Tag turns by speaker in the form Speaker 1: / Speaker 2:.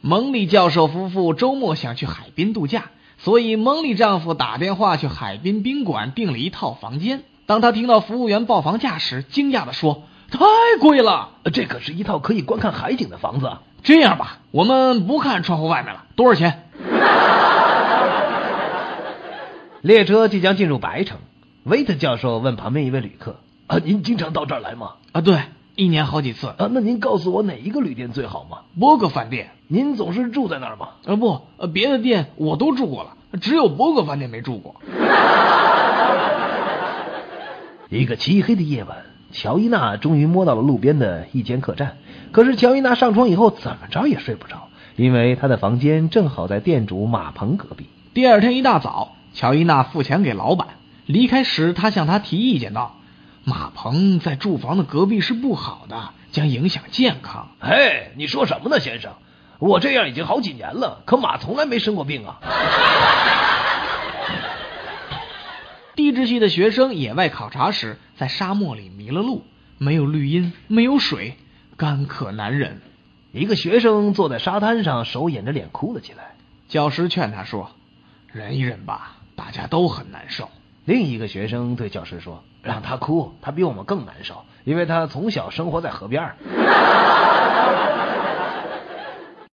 Speaker 1: 蒙利教授夫妇周末想去海滨度假，所以蒙利丈夫打电话去海滨宾馆订了一套房间。当他听到服务员报房价时，惊讶地说：“太贵了！
Speaker 2: 这可是一套可以观看海景的房子啊。
Speaker 1: 这样吧，我们不看窗户外面了，多少钱？”
Speaker 3: 列车即将进入白城，维特教授问旁边一位旅客
Speaker 2: 啊，您经常到这儿来吗？
Speaker 1: 啊，对，一年好几次。
Speaker 2: 啊，那您告诉我哪一个旅店最好吗？
Speaker 1: 博格饭店，
Speaker 2: 您总是住在那儿吗？
Speaker 1: 呃不，呃别的店我都住过了，只有博格饭店没住过。
Speaker 3: 一个漆黑的夜晚，乔伊娜终于摸到了路边的一间客栈。可是乔伊娜上床以后怎么着也睡不着，因为她的房间正好在店主马鹏隔壁。
Speaker 1: 第二天一大早，乔伊娜付钱给老板。离开时，她向他提意见道：“马鹏在住房的隔壁是不好的，将影响健康。
Speaker 2: 嘿，你说什么呢，先生？我这样已经好几年了，可马从来没生过病啊。”
Speaker 1: 地质系的学生野外考察时，在沙漠里迷了路，没有绿荫，没有水，干渴难忍。
Speaker 3: 一个学生坐在沙滩上，手掩着脸哭了起来。
Speaker 1: 教师劝他说：“忍一忍吧，大家都很难受。”
Speaker 3: 另一个学生对教师说：“让他哭，他比我们更难受，因为他从小生活在河边。”